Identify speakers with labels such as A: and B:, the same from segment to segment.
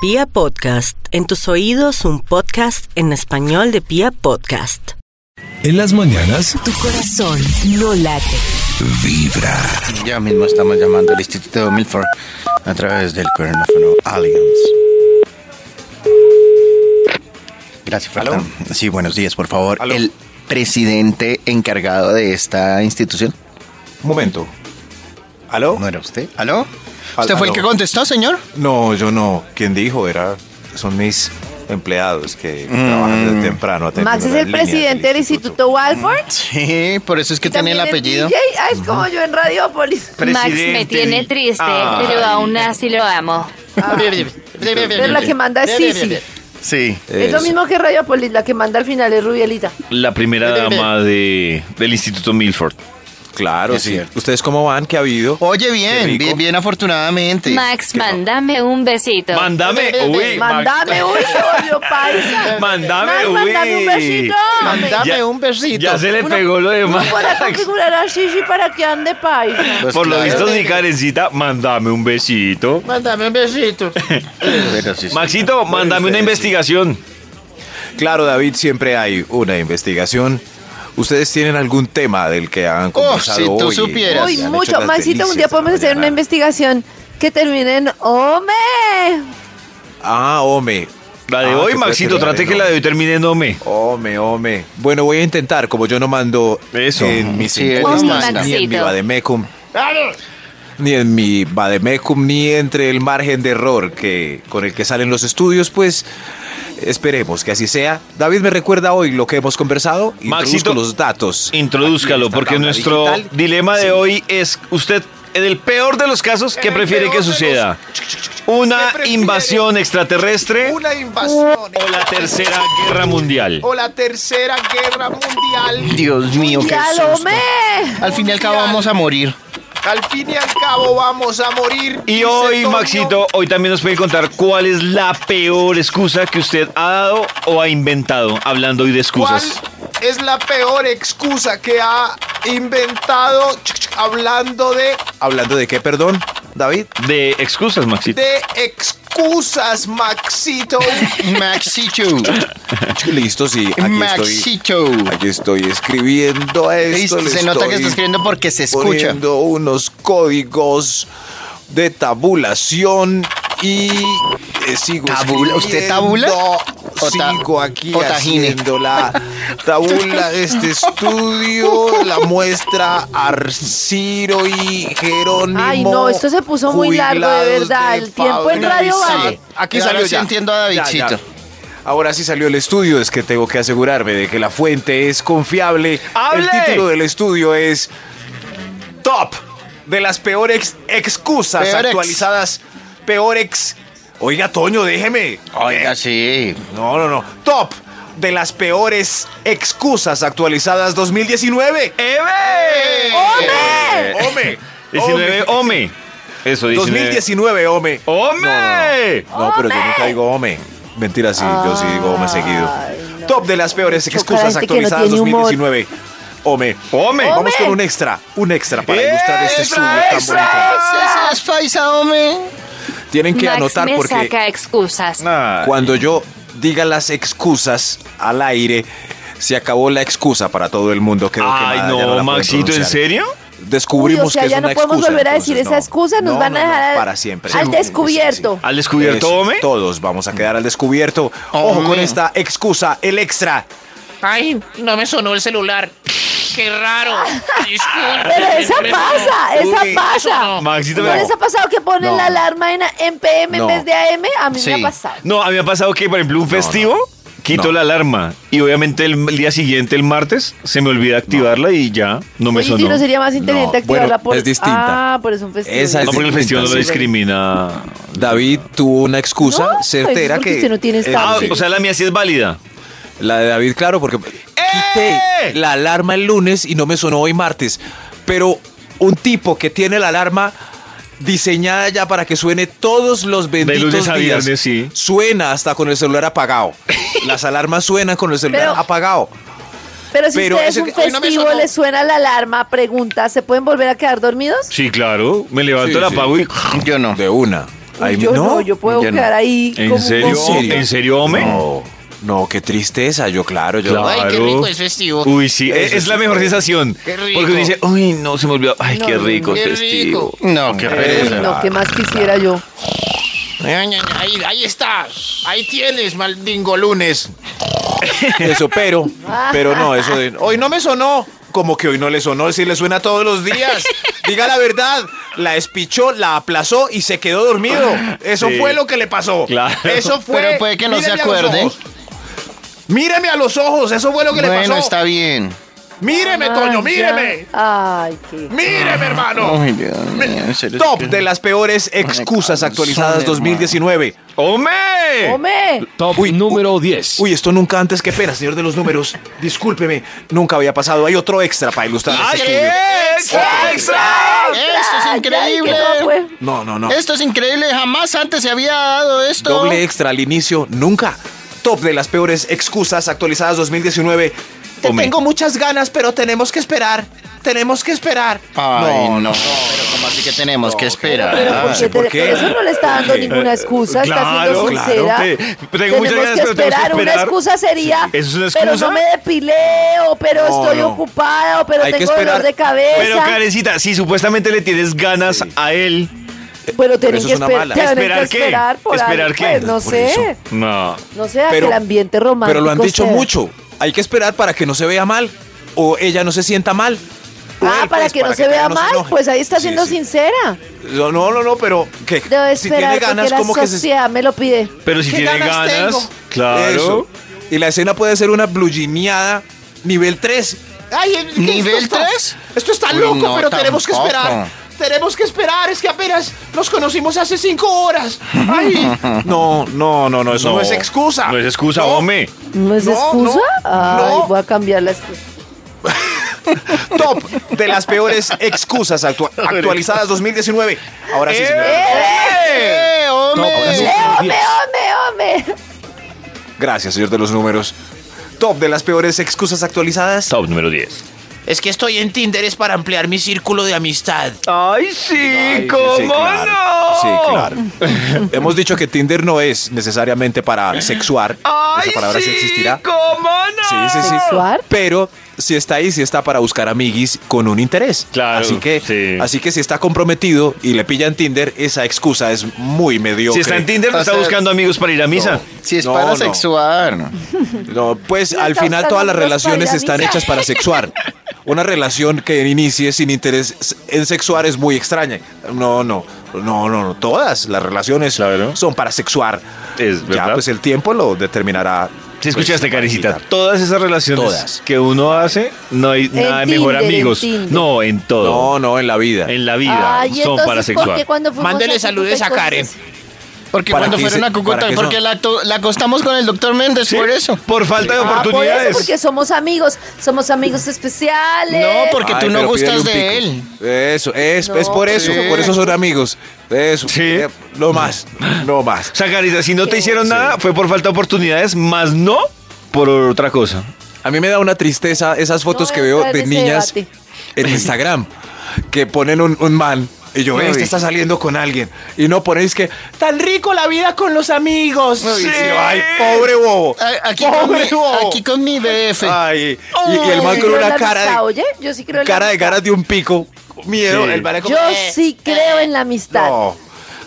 A: Pia Podcast, en tus oídos un podcast en español de Pia Podcast.
B: En las mañanas,
C: Tu corazón no late.
D: Ya mismo estamos llamando al Instituto de Milford a través del cuernófono Allianz. Gracias, Fernando. Sí, buenos días, por favor.
E: ¿Aló?
D: El presidente encargado de esta institución.
E: Un momento. ¿Aló?
D: ¿No era usted? ¿Aló?
E: Al-
D: ¿Usted fue el
E: aló.
D: que contestó, señor?
E: No, yo no. ¿Quién dijo? Era, son mis empleados que
D: Mm.
E: trabajan desde temprano. atendiendo
F: Max es
E: las
F: el
E: líneas
F: presidente del Instituto Walford.
D: Sí, por eso es que tiene Mm. el
F: También es
D: apellido.
F: DJ. Ah, es como yo en Radiopolis.
G: Max me tiene triste,
E: Ah.
G: pero aún así lo amo.
F: Pero la que manda es Sisi.
D: Sí.
F: Es lo mismo que Radiopolis, la que manda al final es Rubielita.
H: La primera dama de, del Instituto Milford. Oh,
E: Claro,
D: Es
E: sí.
D: cierto.
E: ¿Ustedes cómo van? ¿Qué ha habido?
D: Oye,
E: Qué
D: bien,
E: rico.
D: bien, bien afortunadamente.
G: Max, mándame un besito.
H: Mándame,
F: Eh,
H: uy,
F: Mandame uy, se volvió paisa.
H: Mandame,
F: Max,
H: uy.
F: Mandame un besito.
D: Mandame
H: Ya-
D: un besito.
H: ya se le pegó lo de
F: No
H: Max.
F: para configurar a Sisi para que ande paisa.
D: Pues
H: Por lo
D: claro.
H: visto, sí, Karencita, mándame un besito.
D: Mándame un besito. Pero sí, sí.
H: Maxito, mándame una
D: ustedes,
H: investigación.
E: Claro, David, siempre hay una investigación. ¿Ustedes tienen algún tema del que han
D: Oh,
E: conversado
D: si tú
E: hoy?
D: supieras.
E: Y
F: Uy,
E: han hecho
F: mucho.
E: las
F: Maxito, un día
E: delicias
F: podemos
E: esta
F: hacer una
E: mañana.
F: investigación que termine en ¡Home!
E: Ah, home.
H: La de
E: Ah,
H: hoy,
E: que puede
H: Maxito,
E: terminar
H: trate
E: en
H: que la de hoy termine en Ome.
E: Home, home. Bueno, voy a intentar, como yo no mando
H: Eso.
E: en mis
D: Sí,
E: impuestos,
D: eso
E: ni
D: manda.
E: en mi
G: Maxito.
E: Bademecum, ni en mi Bademecum, ni entre el margen de error que con el que salen los estudios, pues esperemos que así sea. David me recuerda hoy lo que hemos conversado y
H: Maxito,
E: los datos. Aquí en
H: Introdúzcalo,
E: esta
H: porque
E: tabla
H: nuestro
E: digital.
H: dilema de
E: Sí.
H: hoy es usted, en el peor de los casos, ¿qué prefiere que suceda? ¿Una invasión extraterrestre
I: Una invasión
H: o la tercera guerra mundial?
I: o la tercera guerra mundial.
D: Dios mío, qué
F: ¡Ya lo
D: susto.
F: me!
D: Al fin y al cabo vamos a morir.
I: Al fin y al cabo vamos a morir.
H: Y
I: dice
H: hoy,
I: Toño.
H: Maxito, hoy también nos puede contar cuál es la peor excusa que usted ha dado o ha inventado, hablando hoy de
I: ¿Cuál
H: excusas.
I: es la peor excusa que ha inventado chuc, chuc, hablando de,
E: Hablando de qué, perdón, David.
H: De excusas, Maxito.
I: de excusas, Maxito?
D: Maxito.
E: Listo, sí. Aquí estoy.
D: Maxito.
E: Aquí estoy escribiendo esto.
D: Listo,
E: lo
D: se nota que
E: estoy
D: está escribiendo porque se escucha.
E: poniendo unos códigos de tabulación y eh, sigo
D: ¿Tabula? ¿Usted tabula?
E: escribiendo,
D: ¿O ta-
E: sigo aquí
D: o tajine?
E: haciendo la tabula de este estudio, la muestra Arciro y Jerónimo.
F: Ay, no, esto se puso muy largo, de
E: jubilados
F: verdad, el tiempo en
E: Fabra.
F: radio
E: Sí,
F: vale.
D: Aquí salió,
E: ya.
D: sí entiendo a
E: Ya, ya.
D: Davidcito.
E: Ahora sí salió el estudio, es que tengo que asegurarme de que la fuente es confiable.
H: ¡Hable!
E: El título del estudio es Top de las peores excusas
D: Peor ex.
E: actualizadas. Peor ex. Oiga, Toño, déjeme.
D: Oiga, sí.
E: No, no, no. Top de las peores excusas actualizadas 2019.
H: ¡Eve!
E: ¡Home! ¡Home!
H: 19, Ome. Eso, 19.
E: 2019, home.
H: ¡Home!
E: No, pero yo nunca digo home. Mentira, sí, yo sí digo home seguido. Top de las peores
F: Choca
E: excusas
F: gente que no
E: actualizadas
F: tiene humor.
E: 2019. Home.
H: ¡Home!
E: Vamos con un extra, un extra para ilustrar este estudio tan bonito.
D: Ese es paisa, hombre.
E: Tienen que
G: Max
E: anotar
G: me
E: porque Ah.
G: saca excusas.
H: Ay.
E: cuando yo diga las excusas al aire, se acabó la excusa para todo el mundo. Quedó quemada,
H: Ay,
E: ya
H: no,
E: la pueden
H: Maxito, ¿en
E: pronunciar.
H: serio?
E: Descubrimos
F: Uy, o sea,
E: que es
F: ya
E: una
F: no podemos
E: excusa,
F: volver a
E: entonces,
F: decir esa
E: no.
F: excusa, nos
E: No,
F: van a
E: no, no,
F: dejar al-
E: para siempre.
F: al
E: Sí, sí,
F: descubierto.
E: sí.
H: ¿Al descubierto,
E: Eso,
H: hombre?
E: Todos vamos a quedar al descubierto. Ojo con esta excusa, el extra.
J: Ay, no me sonó el celular. Qué raro. Disculpe.
F: Pero esa
J: me
F: pasa, esa
E: Uy,
F: pasa.
J: sonó.
H: Maxito,
F: ¿No
H: me-
F: les ha pasado que ponen
E: No.
F: la alarma en, en PM
E: No.
F: en vez de AM? A mí
D: Sí.
F: me ha pasado.
H: No, a mí me ha pasado que, por ejemplo, un festivo, quito
E: No.
H: la alarma y obviamente el, el día siguiente, el martes, se me olvida activarla y ya no me
F: Oye, ¿y
H: sonó.
F: no sería más inteligente
E: No,
F: activarla
E: bueno,
F: por...
E: es distinta.
F: Ah, por eso un festival.
E: Esa es
H: No, porque el festivo no lo
E: Sí.
H: discrimina.
E: David tuvo una excusa
F: No, pues,
E: certera
F: es porque
E: que.
F: usted no tiene
E: Eh,
F: estado.
H: Ah,
E: sí.
H: o sea, la mía sí es válida.
E: La de David, claro,
H: ¡Eh!
E: porque quité la alarma el lunes y no me sonó hoy martes. Pero un tipo que tiene la alarma diseñada ya para que suene todos los benditos
H: lunes a
E: días,
H: viernes, sí.
E: suena hasta con el celular apagado. Las alarmas suenan con el celular
F: Pero-
E: apagado.
F: Pero si
E: Pero
F: ustedes
E: ese
F: un
E: que- Ay, no me
F: festivo
E: sonó.
F: les suena la alarma, pregunta, ¿se pueden volver a quedar dormidos?
H: Sí, claro. Me levanto,
E: Sí,
H: la
E: sí.
H: apago y.
D: Yo no.
E: De una. Ay,
F: yo no, yo puedo
D: yo no.
F: quedar ahí.
H: ¿En
F: como-
H: serio?
E: ¿En serio?
H: ¿En serio, hombre?
E: No, no, qué tristeza. Yo, claro, yo.
H: Claro.
J: Ay, qué rico es festivo.
H: Uy, sí, es, es la mejor sensación.
J: Qué rico.
H: Porque uno dice, uy, no, se me olvidó. Ay,
F: No,
H: qué
F: no, no.
H: rico,
J: Qué
H: festivo.
J: rico.
D: No, qué pereza.
F: No, ¿qué más quisiera yo?
J: Ay, ay, ay, ahí está. Ahí tienes, maldingo lunes.
E: Eso, pero, pero no, eso de. Hoy no me sonó. Como que hoy no le sonó, si le suena todos los días. Diga la verdad, la espichó, la aplazó y se quedó dormido. Eso
H: Sí.
E: fue lo que le pasó.
H: Claro.
E: Eso fue.
K: Pero puede que no se
E: Míreme a los
K: acuerde.
E: ojos. Míreme a los ojos, eso fue lo que le
K: Bueno,
E: pasó.
K: está bien.
E: Míreme,
F: Ah,
E: Toño,
F: ya.
E: míreme.
F: Ay, qué.
E: Míreme, hermano.
K: Ay, Dios mío, en serio.
E: Top de las peores excusas actualizadas 2019.
H: ¡Hombre!
F: ¡Hombre!
B: Top número 10.
E: Uy, esto nunca antes, qué pena, señor de los números. Discúlpeme, nunca había pasado. Hay otro extra para ilustrar.
H: ¡Ay,
E: este estudio.
H: extra, extra!
K: Esto es increíble.
F: Ay, que no, pues.
E: No, no, no.
K: Esto es increíble. Jamás antes se había dado esto.
E: Doble extra al inicio, nunca. Top de las peores excusas actualizadas 2019. Te
H: Hombre.
E: tengo muchas ganas, pero tenemos que esperar. Tenemos que esperar.
K: Ay,
E: No,
K: no. Pero como así que tenemos que esperar.
F: Pero ¿por qué
E: sí, ¿por
F: te-
E: qué?
F: eso no le está dando ninguna excusa, está siendo
H: claro,
F: sincera.
H: claro. Te- tengo muchas
F: tenemos
H: ganas,
F: que
H: pero tenemos que
F: esperar. Una
H: esperar.
F: excusa sería,
H: ¿Eso es una
F: pero
H: excusa?
F: no me depilé, o pero
E: No,
F: estoy
E: no.
F: ocupada, o pero
E: Hay que
F: tengo dolor
E: esperar.
F: de cabeza.
H: Pero, Karencita, si supuestamente le tienes ganas a él,
F: Pero tienen
E: eso
F: que,
E: es una
F: esper-
E: mala.
F: tienen que
H: ¿Esperar qué?
F: esperar por
H: ¿Esperar
F: algo,
H: qué?
F: pues, no
E: Por
F: sé.
E: eso.
H: no.
F: No sé, a
E: Pero-
F: que el ambiente romántico.
E: Pero lo han dicho
F: sea.
E: mucho. Hay que esperar para que no se vea mal. O ella no se sienta mal. O
F: Ah,
E: él,
F: para
E: pues,
F: que no se vea mal,
E: enoje.
F: pues ahí está
E: Sí,
F: siendo
E: sí.
F: sincera.
E: No, no, no, no, pero que
F: Debo
E: si tiene
F: esperar porque
E: ganas,
F: la
E: como que se.
F: sociedad me lo pide.
H: Pero si
E: ¿Qué
H: tiene ganas,
E: ganas tengo?
H: claro.
E: Eso. Y la escena puede ser una blugineada nivel 3.
I: Ay, ¿qué esto
K: ¿Nivel
I: está-
K: tres?
I: Esto está
K: Uy,
I: loco,
K: no,
I: pero tenemos que
K: tampoco.
I: esperar. Tenemos que esperar, es que apenas nos conocimos hace cinco horas. Ay,
E: No, no, no, no, eso
I: no,
E: no,
I: es excusa.
H: No es excusa,
I: No.
H: hombre.
F: ¿No es
I: No,
F: excusa?
I: no,
F: Ay,
I: no.
F: voy a cambiar la excusa.
E: Top de las peores excusas actua- actualizadas 2019. Ahora sí, señor.
K: ¡Eh, hombre!
F: ¡Hombre, hombre, hombre!
E: Gracias, señor de los números. Top de las peores excusas actualizadas.
H: Top número 10.
J: Es que estoy en Tinder es para ampliar mi círculo de amistad.
H: ¡Ay, sí!
E: Ay, sí,
H: ¿Cómo
E: sí, claro.
H: no?
E: Sí, claro. Hemos dicho que Tinder no es necesariamente para sexuar.
H: ¡Ay,
E: Esa palabra
H: sí!
E: sí existirá.
H: ¿Cómo no?
E: Sí, sí, sí.
F: ¿Sexuar?
E: Pero si está ahí, si está para buscar amiguis con un interés.
H: Claro,
E: Así que,
H: sí.
E: así que si está comprometido y le pilla en Tinder, esa excusa es muy mediocre.
H: Si está en Tinder, no
K: O
H: está
K: sea,
H: buscando amigos para ir a misa.
K: Si es
E: No,
K: para
E: no.
K: sexuar.
E: No, pues
F: No
E: al
F: está
E: final
F: buscando
E: todas las
F: amigos
E: relaciones
F: para ir a
E: están
F: misa.
E: hechas para sexuar. Una relación que inicie sin interés en sexuar es muy extraña. No, no, no, no, no. Todas las relaciones
H: Claro.
E: son para sexuar.
H: Es
E: Ya,
H: verdad.
E: pues el tiempo lo determinará.
H: Si escuchaste,
E: Pues,
H: Karencita, todas esas relaciones
E: Todas.
H: que uno hace, no hay nada de mejor
F: Tinder, en
H: amigos.
F: Tinder.
H: No, en todo.
E: No, no, en la vida.
H: En la vida
F: Ay,
H: son
F: entonces,
H: para
F: ¿por qué
H: sexual.
F: cuando fuimos Ah,
J: Mándele
F: a Cúcuta
J: saludes a
F: entonces?
J: Karen.
K: Porque
E: ¿Para
K: cuando
E: qué
K: fueron
E: se-
K: a Cúcuta,
E: para qué
K: porque
E: son?
K: la, to- la acostamos con el doctor Méndez,
H: Sí,
K: por eso.
H: Por falta de
F: Ah, por eso,
H: oportunidades.
F: porque somos amigos, somos amigos especiales.
K: No, porque
E: Ay,
K: tú no
E: pero
K: gustas de
E: pídele un
K: él.
E: pico. Eso, es,
F: No,
E: es por eso,
K: sí.
E: por eso son amigos. Eso.
H: Sí.
E: eh, No más, no más.
H: O sea, Karencita, si no te hicieron nada, fue por falta de oportunidades, más no por otra cosa.
E: A mí me da una tristeza esas fotos
F: No
E: que
F: voy a
E: veo
F: entrar
E: de
F: en ese
E: niñas
F: debate.
E: en Instagram que ponen un, un man y yo, este está saliendo con alguien. Y no ponéis que, tan rico la vida con los amigos. Y yo, Ay, pobre bobo.
K: A- Aquí con, mi,
E: pobre bobo.
K: aquí con mi BF.
E: Ay, y, y el
F: Yo
E: man
F: sí
E: con
F: creo en
E: una
F: la
E: cara
F: amistad,
E: de,
F: oye, yo sí creo en la
E: cara de
F: amistad.
E: ganas de un pico. Miedo.
H: Sí.
E: El man es como, "Eh".
F: Yo
J: Eh,
F: sí creo en la amistad.
E: no.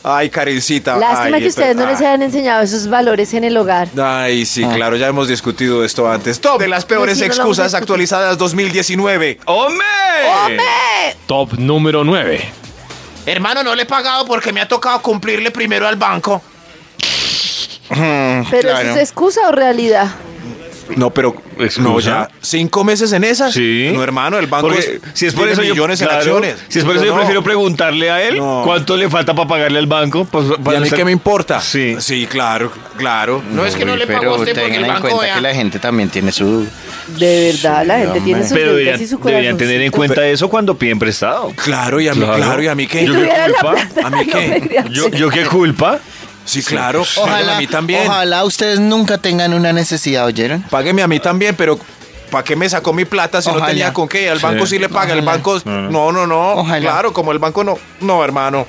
E: Ay, Karencita.
F: Lástima
E: ay, ah.
F: que ustedes no
E: ay.
F: les hayan enseñado esos valores en el hogar.
E: Ay, sí, claro, ya hemos discutido esto antes. Top de las peores
F: Sí, sí, no lo vamos a
E: excusas
F: discutir.
E: actualizadas 2019.
H: ¡Hombre!
B: Top número 9.
J: Hermano, no le he pagado porque me ha tocado cumplirle primero al banco.
E: Mm,
F: Pero eso es excusa o realidad.
E: No, pero
H: ¿Excusa?
E: no ya cinco meses en esas.
H: Sí.
E: No, hermano, el banco
H: Porque
E: es-
H: si es por
E: tiene
H: eso yo,
E: millones en
H: claro,
E: acciones.
H: Si es por eso yo
E: no.
H: prefiero preguntarle a él
E: No.
H: cuánto le falta para pagarle al banco. pues,
E: ¿Y
H: para
E: a mí
H: estar-
E: qué me importa?
H: Sí.
E: Sí, claro, claro.
J: No es que no
K: Uy,
J: le pagó a
K: pero
J: usted porque el
K: tengan en
J: banco
K: cuenta
J: vea.
K: que la gente también tiene su...
F: De verdad, la gente tiene sus
H: Pero
F: deudas y su
H: deberían, deberían tener en
F: corazoncito.
H: cuenta eso cuando piden prestado.
E: Claro, y a mí, claro, y a mí qué.
H: Yo
F: Si tuviera la
H: culpa?
F: plata,
E: ¿A mí
F: no
E: qué?
F: vendría a
H: Yo,
F: ser.
H: yo qué culpa.
E: Sí, claro. Págame
K: Ojalá,
E: a mí también.
K: ojalá ustedes nunca tengan una necesidad, ¿oyeron?
E: Págueme a mí también, pero ¿para qué me sacó mi plata si no
K: Ojalá.
E: tenía con qué? Al banco sí, le paga, el
H: Ah.
K: Ojalá.
E: banco. No, no, no.
K: Ojalá.
E: Claro, como el banco no. No, hermano.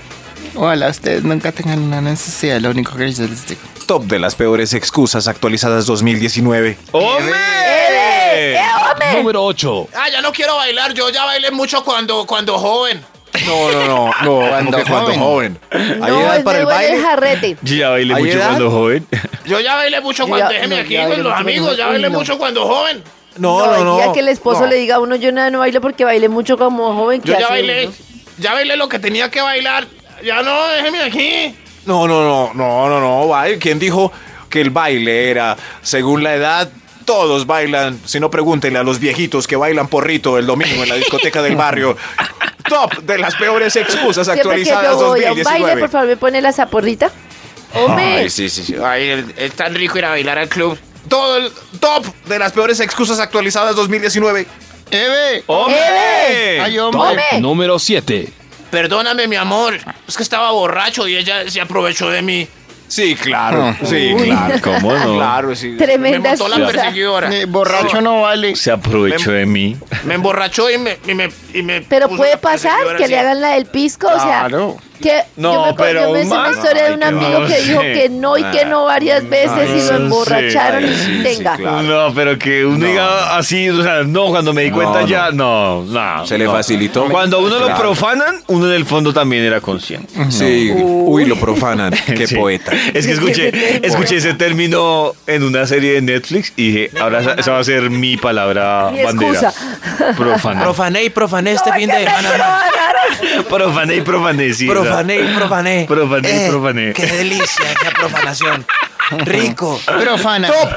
K: Ojalá ustedes nunca tengan una necesidad, lo único que yo les digo.
E: Top de las peores excusas actualizadas 2019.
H: ¡Hombre!
F: ¡eh,
B: Número 8.
J: Ah, ya no quiero bailar. Yo ya bailé mucho cuando, cuando joven.
E: No, no, no, no.
K: Cuando
E: como que cuando joven.
K: joven.
E: Hay
F: no,
E: edad
F: es
E: para el
F: mejor
E: baile.
F: jarrete.
H: Yo ya bailé
E: ¿Hay
H: mucho
E: edad?
H: cuando joven.
J: Yo ya bailé mucho
F: Yo
J: cuando.
F: ya-
J: Déjeme
F: no,
J: aquí
F: ya
J: con
F: bailé
J: los
F: mucho
J: amigos.
F: cuando-
J: Ya
F: uy,
J: bailé
F: no.
J: mucho cuando joven.
E: No,
F: el
E: no, no.
F: día que el esposo
E: no.
F: le diga a uno, yo nada, no bailo porque bailé mucho como joven. ¿qué
J: Yo ya
F: hace
J: bailé.
F: uno?
J: Ya bailé lo que tenía que bailar. Ya no, déjeme aquí.
E: No, no, no, no, no, no, baile. ¿Quién dijo que el baile era según la edad? Todos bailan, si no pregúntenle a los viejitos que bailan porrito el domingo en la discoteca del barrio. Top de las peores excusas
F: Siempre que yo
E: actualizadas
F: voy a un baile,
E: 2019.
F: por favor, me pone la zaporrita. Hombre,
E: Ay, sí, sí, sí.
J: Ay, es- es tan rico ir a bailar al club.
E: Todo el top de las peores excusas actualizadas 2019.
K: ¡Eve!
J: Oh,
K: ¡Ay,
H: ¡Hombre!
K: hombre!
B: Número 7.
J: Perdóname, mi amor. Es que estaba borracho y ella se aprovechó de mí.
E: Sí, claro. Sí,
F: Ah. Uy.
E: claro.
H: ¿Cómo no?
E: Claro, sí.
J: Me
F: tremenda
J: montó la
F: excusa.
J: perseguidora.
K: Eh, borracho no vale.
H: Se aprovechó
E: Em,
H: de mí.
J: Me emborrachó y me. y me- y me
F: Pero
J: puso
F: puede
J: la
F: pasar
J: perseguidora
F: que
J: así.
F: le hagan la del pisco, o sea,
K: Claro.
F: que
H: No,
F: yo me, acuerdo-
H: pero
F: yo me sé una
H: más.
F: historia de un
H: Ay, qué
F: amigo que
H: baboso.
F: dijo que no y que no varias veces y lo
H: sí,
F: emborracharon
H: ay,
F: y
H: sí, sí,
F: tenga.
E: claro.
H: No, pero que uno diga así, o sea, no, cuando me di cuenta
E: no.
H: ya, no, no.
E: Se le
H: no.
E: facilitó.
H: Cuando uno lo
E: Claro.
H: profanan, uno en el fondo también era consciente.
E: Sí. Uy, lo profanan. Qué
H: Sí.
E: poeta.
H: Es que escuché, escuché ese término en una serie de Netflix y dije, ahora esa, esa va a ser mi palabra
F: Mi
H: bandera.
F: excusa.
H: Profanar.
E: Profané y profané este fin de semana.
H: profané y profané, sí. o sea,
E: Profané y profané. Eh,
H: Profané y profané.
E: Qué delicia esa profanación. Rico.
K: Profana.
E: Top.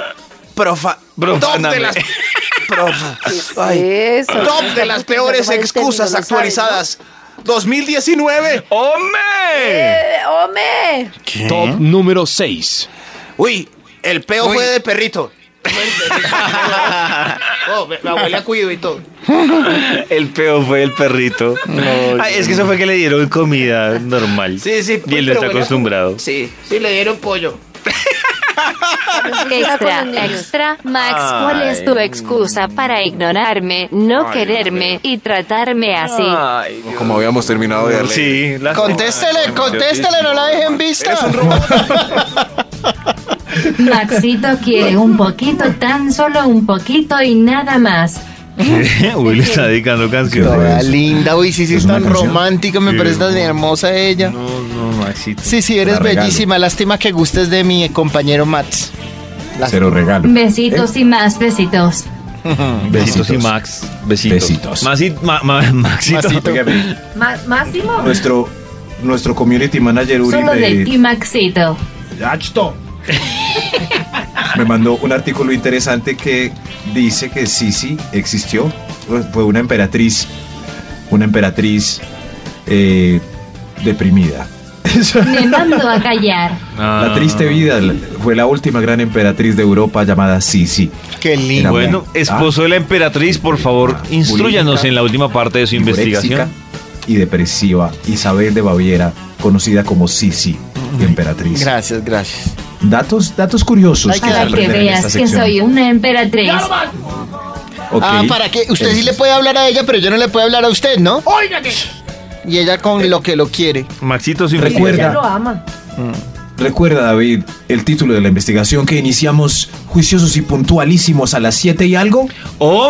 E: Profa.
H: Profáname.
E: Top de las. Profa. Ay.
F: Eso.
E: Top
F: Estamos
E: de las
F: pensando
E: peores
F: mal el término,
E: excusas
F: lo sabes, ¿no?
E: actualizadas. 2019.
H: ¡Hombre! ¿Mm?
F: Eh, ¡Hombre!
B: Top número 6.
E: Uy, el peo fue de perrito.
J: Oh, la abuela cuido y todo.
H: El peo fue el perrito. Ay, es que eso fue que le dieron comida normal.
J: Sí, sí.
H: Y él no
J: pero
H: está
J: bueno,
H: acostumbrado.
J: Sí, sí, le dieron pollo.
G: Extra,
F: con los niños.
G: extra. Max, ¿cuál es tu excusa para ignorarme, no quererme y tratarme así?
E: Como habíamos terminado de darle.
H: Sí, la
K: Contéstele, contéstele, no la dejen vista.
C: Maxito quiere un poquito, tan solo un poquito y nada más.
H: Uy, le está dedicando
K: Toda
H: canciones.
K: linda, uy, sí, sí, es tan romántica, me parece tan hermosa ella.
H: No, no, Maxito.
K: Sí, sí, eres bellísima. Lástima que gustes de mi compañero Mats. Lástima.
E: regalo.
C: Besitos y más besitos.
H: Besitos y Max. Besitos.
E: Besitos.
H: Masi- ma- ma- Maxito.
K: Maxito.
C: Máximo.
E: Nuestro, nuestro community manager Uri
C: Solo de
E: de-
C: ti, Maxito.
E: me mandó un artículo interesante que dice que Sisi existió. Fue una emperatriz. Una emperatriz eh, deprimida.
C: Me mando a callar.
H: Ah,
E: La triste vida la- fue la última gran emperatriz de Europa llamada Sisi.
K: Qué lindo.
H: Bueno, esposo de la emperatriz,
E: Ah,
H: por favor, instruyanos en la última parte de su investigación.
E: Y depresiva, Isabel de Baviera, conocida como Sisi, emperatriz.
K: Gracias, gracias.
E: Datos, datos curiosos
K: Hay que
E: que se
C: Para que
E: aprenden en esta
C: veas que
E: sección.
C: soy una emperatriz.
E: Ok.
K: Ah, ¿para qué? Usted sí le puede hablar a ella, pero yo no le puedo hablar a usted, ¿no?
F: Oh.
J: Óigate.
K: Y ella
F: Eh.
K: con lo que lo quiere.
H: Maxito, sin
E: Recuerda.
F: Ella lo ama.
E: Recuerda, David, el título de la investigación que iniciamos juiciosos y puntualísimos a las 7 y algo.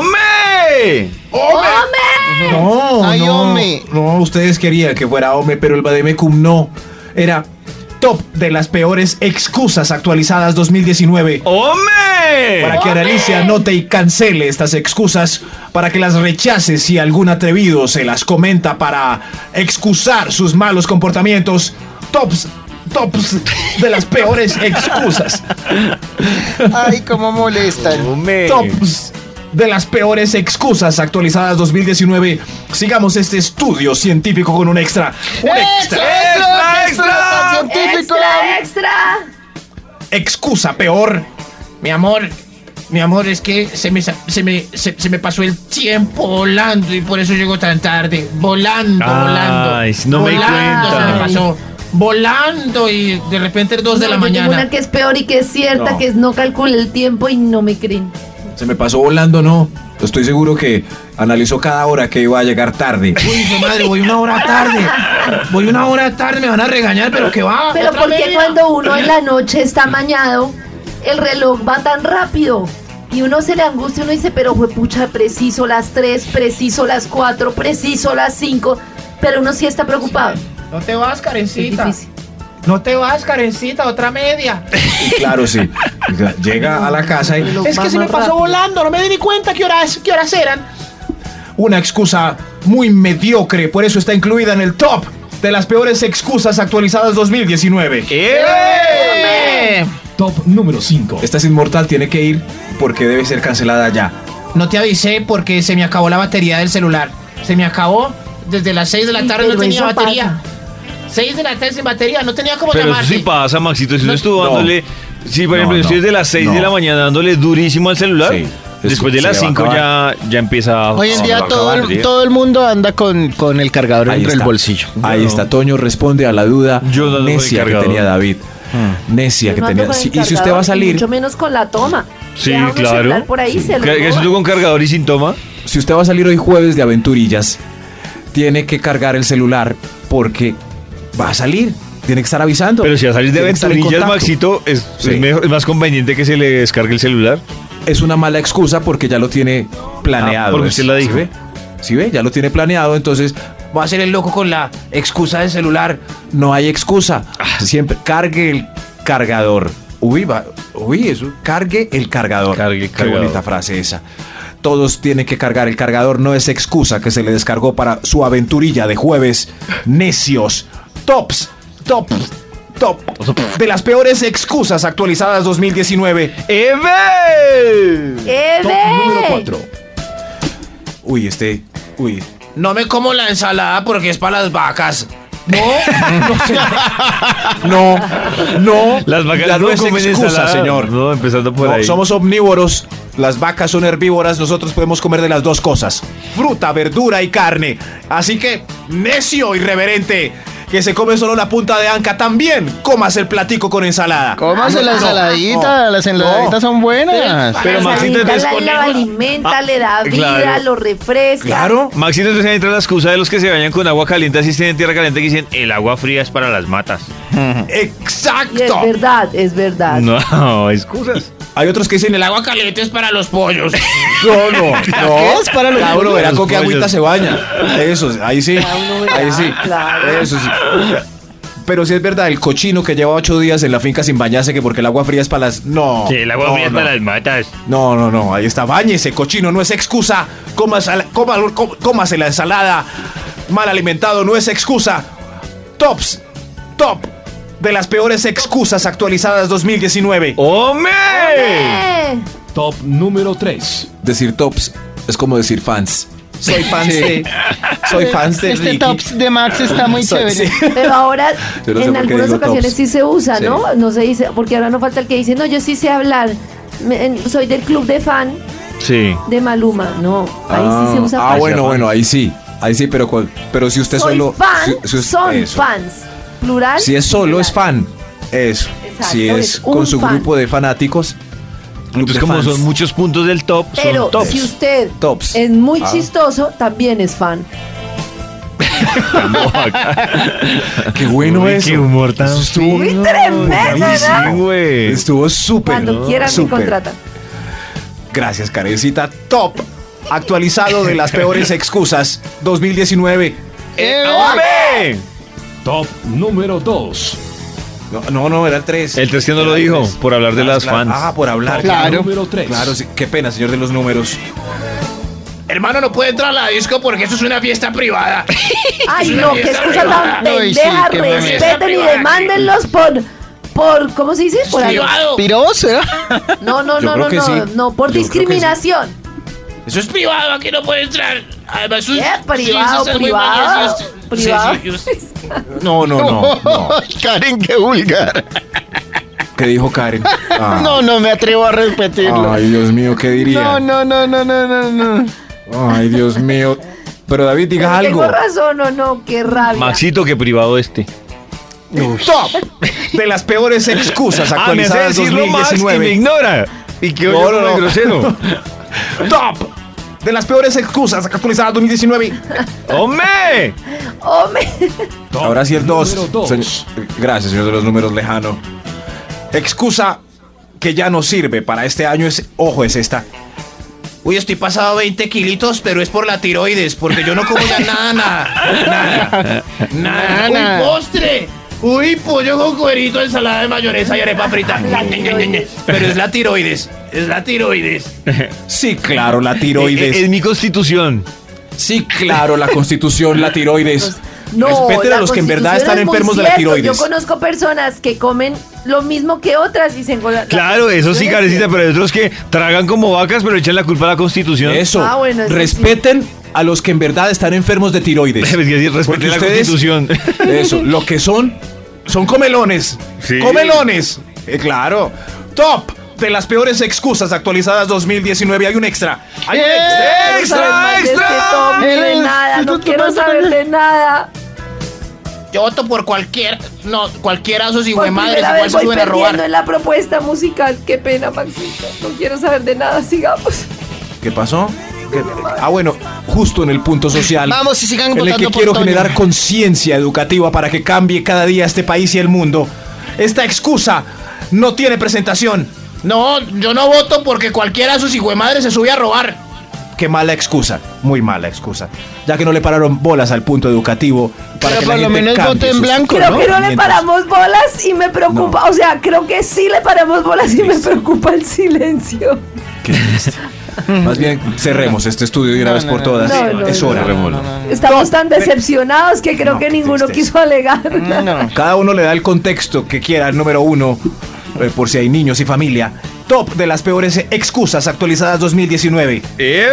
H: ¡Hombre!
E: No,
F: Oh,
K: Ay,
E: no,
K: hombre.
E: no, ustedes querían que fuera Ome, pero el Bademecum no. Era top de las peores excusas actualizadas 2019. Para
H: ¡Hombre!
E: que Analicia anote y cancele estas excusas, para que las rechace si algún atrevido se las comenta para excusar sus malos comportamientos. Tops, tops de las peores excusas.
K: Ay, cómo molestan.
H: ¡Hombre!
E: Tops de las peores excusas actualizadas 2019. Sigamos este estudio científico con un extra. Un extra.
H: ¡Extra,
K: ¡Tan
H: extra!
K: científico!
F: ¡Extra, extra!
E: Excusa peor.
J: Mi amor, mi amor, es que se me, sa- se me, se, se me pasó el tiempo volando y por eso llego tan tarde. Volando,
H: Ay,
J: volando.
H: no me di
J: Volando
H: cuenta.
J: se me pasó. Volando y de repente es dos de
F: No,
J: la
F: yo tengo
J: mañana.
F: una que es peor y que es cierta,
E: No.
F: que es no calcula el tiempo y no me creen.
E: Se me pasó volando, no. Estoy seguro que Analizó cada hora que iba a llegar tarde.
J: Uy, hijo de madre, voy una hora tarde. Voy una hora tarde, me van a regañar, pero que va.
F: Pero
J: otra
F: ¿por qué
J: media.
F: cuando uno en la noche está mañado, el reloj va tan rápido? Y uno se le angustia, uno dice, pero pucha, preciso las 3, preciso las 4, preciso las 5. Pero uno sí está preocupado.
J: No te vas, Karencita.
F: Es
J: No te vas, Karencita, otra media.
E: Claro, sí. Llega a la casa y
J: Es que se me pasó volando, no me di ni cuenta qué horas, qué horas eran.
E: una excusa muy mediocre, por eso está incluida en el top de las peores excusas actualizadas 2019.
H: ¡Eh!
E: Top número 5. Esta es inmortal, tiene que ir porque debe ser cancelada ya.
J: No te avisé porque se me acabó la batería del celular. Se me acabó desde las 6 de la
F: Sí,
J: tarde, no
F: pero
J: tenía
F: eso
J: batería. 6 de la tarde sin batería, no tenía cómo
H: Pero eso
J: llamarte.
H: sí pasa, Maxito. Si uno estuvo dándole. Si, por
E: No,
H: ejemplo,
E: no,
H: estoy desde las 6 de
E: no.
H: la mañana dándole durísimo al celular.
E: Sí, es-
H: Después de
E: se
H: las
E: le va a
H: 5 ya, ya empieza a.
K: Hoy en
H: a-
K: día
H: a
K: todo
H: acabar,
K: el,
H: ¿sí?
K: todo el mundo anda con, con el cargador
E: Ahí
K: entre el
E: está.
K: bolsillo.
F: Ah,
E: Ahí
H: No.
E: está, Toño responde a la duda
H: Yo no lo Hmm.
E: necia que
H: cargado.
E: tenía David. Necia que tenía. Sí, y si usted va a salir,
F: Mucho menos con la toma.
H: Sí,
F: Deja uno el
H: claro.
F: celular Por ahí
H: Sí.
F: se lo
H: Que- que si
F: roban.
H: tú con cargador y sin toma.
E: si usted va a salir hoy jueves de aventurillas, tiene que cargar el celular porque va a salir. Tiene que estar avisando.
H: Pero si a salir de
E: Tiene que estar en
H: aventurillas,
E: contacto.
H: Maxito, es,
E: Sí.
H: es mejor- es más conveniente que se le descargue el celular.
E: es una mala excusa porque ya lo tiene planeado.
H: Ah, porque usted la dijo.
E: ¿Sí ve? Sí ve, ya lo tiene planeado, entonces
J: Voy a ser el loco con la excusa del celular.
E: no hay excusa.
H: Ah.
E: Siempre cargue el cargador. Uy, va- uy, eso, cargue el cargador.
H: Cargue el
E: Qué
H: cargador.
E: bonita frase esa. Todos tienen que cargar el cargador, no es excusa que se le descargó para su aventurilla de jueves. Necios. Tops, tops, top. De las peores excusas actualizadas 2019.
F: ¡Eh, ve!
E: Uy, este, uy.
J: No me como la ensalada porque es para las vacas.
E: No, no.
H: Las vacas
E: ya
H: no
E: es
H: comen
E: excusa,
H: ensalada,
E: señor.
H: No, empezando por
E: No,
H: ahí.
E: somos omnívoros, las vacas son herbívoras, nosotros podemos comer de las dos cosas, fruta, verdura y carne. Así que, necio irreverente, que se come solo la punta de anca, también comas el platico con ensalada.
K: Cómase la ensaladita, las ensaladitas son buenas.
H: Pero Maxito,
F: Alimenta,
H: entonces
F: la, la
H: ponemos-
F: alimenta,
H: Ah,
F: le da vida,
H: claro.
F: lo refresca.
E: Claro.
H: Maxito, entonces ahí entra la excusa de los que se bañan con agua caliente, así estén en tierra caliente, que dicen el agua fría es para las matas.
F: Y es
E: Exacto.
F: verdad, es
E: Ah,
F: verdad.
H: No, excusas.
E: Hay otros que dicen el agua caliente.
J: Caliente es para los pollos.
E: No,
H: Oh,
E: no, no.
K: es para los
E: Cada uno verá
H: los
E: con qué
H: pollos.
E: agüita se baña. Eso, ahí sí.
F: Cada uno verá,
E: Ahí sí.
F: claro.
E: Eso sí. Pero sí es verdad, el cochino que lleva ocho días en la finca sin bañarse, que porque el agua fría es para las. No.
H: Sí, el agua
E: no,
H: fría es
E: no.
H: para las matas.
E: No, no, no, ahí está. Báñese, cochino, no es excusa. Comas, a la- coma- có- cómase la ensalada. Mal alimentado no es excusa. Tops, top de las peores excusas actualizadas 2019.
H: ¡Hombre!
F: Eh,
B: Top número 3.
E: Decir tops es como decir fans. Soy fans de. Soy fans de.
K: Este
E: Ricky.
K: tops de Max está muy
E: Soy-
K: chévere.
E: sí.
F: Pero ahora,
E: Yo no sé
F: en
E: por qué
F: algunas
E: digo
F: ocasiones
E: tops.
F: sí se usa,
E: Sí.
F: ¿no? No se dice, porque ahora no falta el que dice, no, yo sí sé hablar. Me- en- soy del club de fan
H: Sí.
F: de Maluma. No, ahí
E: Ah,
F: sí se usa
E: ah,
F: fan.
E: bueno, bueno, ahí sí. Ahí sí, pero, cual- pero si usted
F: soy
E: solo.
F: fan,
E: si- si us-
F: son
E: eso.
F: fans. Plural.
E: Si es solo, es fan. Eso.
F: Exacto,
E: si es,
F: es un
E: con su
F: fan.
E: grupo de fanáticos. club
H: Entonces,
E: de
H: como
E: fans.
H: son muchos puntos del top,
F: Pero
H: son tops.
F: si usted
E: Tops.
F: es muy
E: Ah.
F: chistoso, también es fan.
E: Qué bueno
H: Uy,
E: eso.
H: qué humor tan
E: Eso estuvo-
F: Muy tremendo, ¿verdad?
H: Sí, güey.
E: Estuvo súper.
F: Cuando quieran me
E: súper.
F: contratan.
E: Gracias, Karencita. Top. Actualizado de las peores excusas. 2019.
H: ¡Eh,
E: ah,
H: ¡Hombre!
B: Top número 2.
E: No, no, no, era el 3.
H: El 3 que no lo dijo, por hablar de las fans.
E: Ah, por hablar.
K: Claro.
B: Número 3.
E: Claro, sí. Qué pena, señor de los números.
J: Hermano, no puede entrar a la disco porque eso es una fiesta privada.
F: Ay,
J: una
F: no, qué
J: fiesta
F: excusa tan
K: privada. Ay, sí,
F: pendeja.
K: qué
J: mamera.
F: Respeten y
J: Privada, sí.
F: demándenlos por. Por, ¿cómo se dice? Por algo.
J: privado.
K: Piroso, ¿eh?
F: No, no,
E: Yo
F: no,
E: creo
F: no,
E: que
F: no,
E: sí.
F: no, por
E: Yo creo que
F: discriminación.
J: Eso es privado, aquí no puede entrar. Además, eso es-
F: ¿Qué? Privado,
J: eso es muy
F: privado,
J: mañoso, eso es-
F: privado.
J: sí, sí, eso es-
E: No, no, no. no.
K: Karen, qué vulgar.
E: ¿Qué dijo Karen? Ah.
K: No, no me atrevo a repetirlo.
E: Ay, Dios mío, ¿qué
K: no,
E: diría?
K: no, no, no, no, no, no.
E: Ay, Dios mío. Pero David, diga algo.
F: Tengo razón o no, qué rabia.
H: Maxito, qué privado este.
E: Top de las peores excusas
H: Ah, me hace
E: actualizadas
H: decirlo más y me
E: 2019.
H: ignora. Y que hoy
E: No,
H: yo
E: no,
H: no,
E: no.
H: grosero.
E: Top
I: de las peores excusas actualizada 2019.
H: ¡Hombre!
F: ¡Hombre!
E: Ahora sí el 2.
I: número dos.
E: Gracias, señor de los números lejano. Excusa que ya no sirve para este año es, ojo, es esta.
J: Uy, estoy pasado 20 kilitos, pero es por la tiroides, porque yo no como ya nada, nada, nada, nada.
K: Nada.
J: Uy, postre. Uy, pollo con cuerito, ensalada de mayonesa y arepa frita. Ñe, Ñe, Ñe, Ñe. Pero es la tiroides, es la tiroides.
E: Sí, claro, la
H: Es,
E: tiroides.
H: Eh, mi constitución.
E: Sí, claro, la constitución, la tiroides.
F: No,
E: Respeten a
F: la
E: los que en verdad
F: constitución
E: están
F: es muy
E: enfermos de la
F: cierto.
E: tiroides.
F: Yo conozco personas que comen lo mismo que otras y se engordan.
H: Claro, eso sí, carecita, pero hay otros que tragan como vacas, pero echan la culpa a la constitución.
E: Eso.
F: Ah, bueno, eso sí.
E: respeten a los que en verdad están enfermos de tiroides.
H: Es que sí, respeten
E: Porque
H: la
E: ustedes-
H: constitución.
E: Eso, lo que son, son comelones.
H: Sí.
E: Comelones. Eh, claro. Top de las peores excusas actualizadas 2019. Hay un extra. Hay
F: Eh,
E: un extra.
F: ¡Extra, extra! este de nada, no quiero saber de nada.
J: Yo voto por cualquier, no, cualquiera de esos
F: Por
J: hijuemadres,
F: primera
J: igual
F: vez
J: se
F: voy
J: suben a
F: perdiendo
J: robar.
F: en la propuesta musical. Qué pena, Maxito. No quiero saber de nada. Sigamos.
E: ¿Qué pasó? ¿Qué- Ah, bueno, justo en el punto social.
K: Vamos y sigan
E: en el
K: votando
E: que
K: por
E: quiero
K: Toño.
E: generar conciencia educativa para que cambie cada día este país y el mundo. Esta excusa no tiene presentación.
J: No, yo no voto porque cualquiera de esos hijuemadres se sube a robar.
E: Qué mala excusa, muy mala excusa. Ya que no le pararon bolas al punto educativo para
K: Pero
E: que
K: por
E: la
K: lo
E: gente
K: menos
E: cambie
K: voto en
E: sus-
K: blanco,
F: Creo
K: ¿no?
F: que no le
E: Mientras-
F: paramos bolas y me preocupa. O sea, creo que sí le paramos bolas y me preocupa el silencio.
E: Más bien cerremos este estudio de una
K: No,
E: vez
K: no,
E: por
K: no,
E: todas.
F: no, no,
E: es
F: no,
E: hora.
F: Estamos tan decepcionados que creo
E: Ah. No,
F: que
E: qué
F: ninguno
E: tristeza. Mm,
F: quiso alegar.
K: No.
E: Cada uno le da el contexto que quiera, el número uno, eh, por si hay niños y familia. Top de las peores excusas actualizadas 2019.
H: ¡Eh!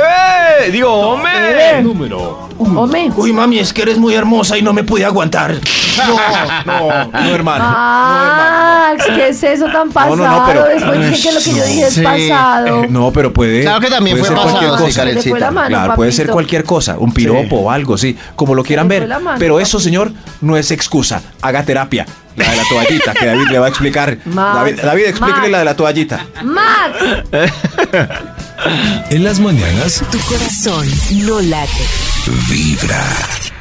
H: Digo, hombre.
B: Número
F: Hombre.
J: Uy, mami, es que eres muy hermosa y no me pude aguantar.
E: No, no, hermano.
F: Ah, ¿qué es eso tan pasado?
E: No, no, no, pero- Eh,
F: Después dicen que lo que yo dije es
K: Sí.
F: pasado.
E: No, pero puede.
K: Claro que también fue
E: puede ser
K: pasado,
E: cualquier
K: sí,
E: cosa.
K: Karen.
F: Se le fue la mano,
E: Claro, puede ser
F: papito.
E: cualquier cosa, un piropo o algo, sí, como lo quieran
F: le fue
E: ver.
F: la mano,
E: pero eso,
F: papito.
E: señor, no es excusa. Haga terapia. La de la toallita, que David le va a explicar.
F: Max,
E: David, David, explíquele
F: Max.
E: la de la toallita.
F: Max,
B: En las mañanas
A: Tu corazón no late.
D: Vibra.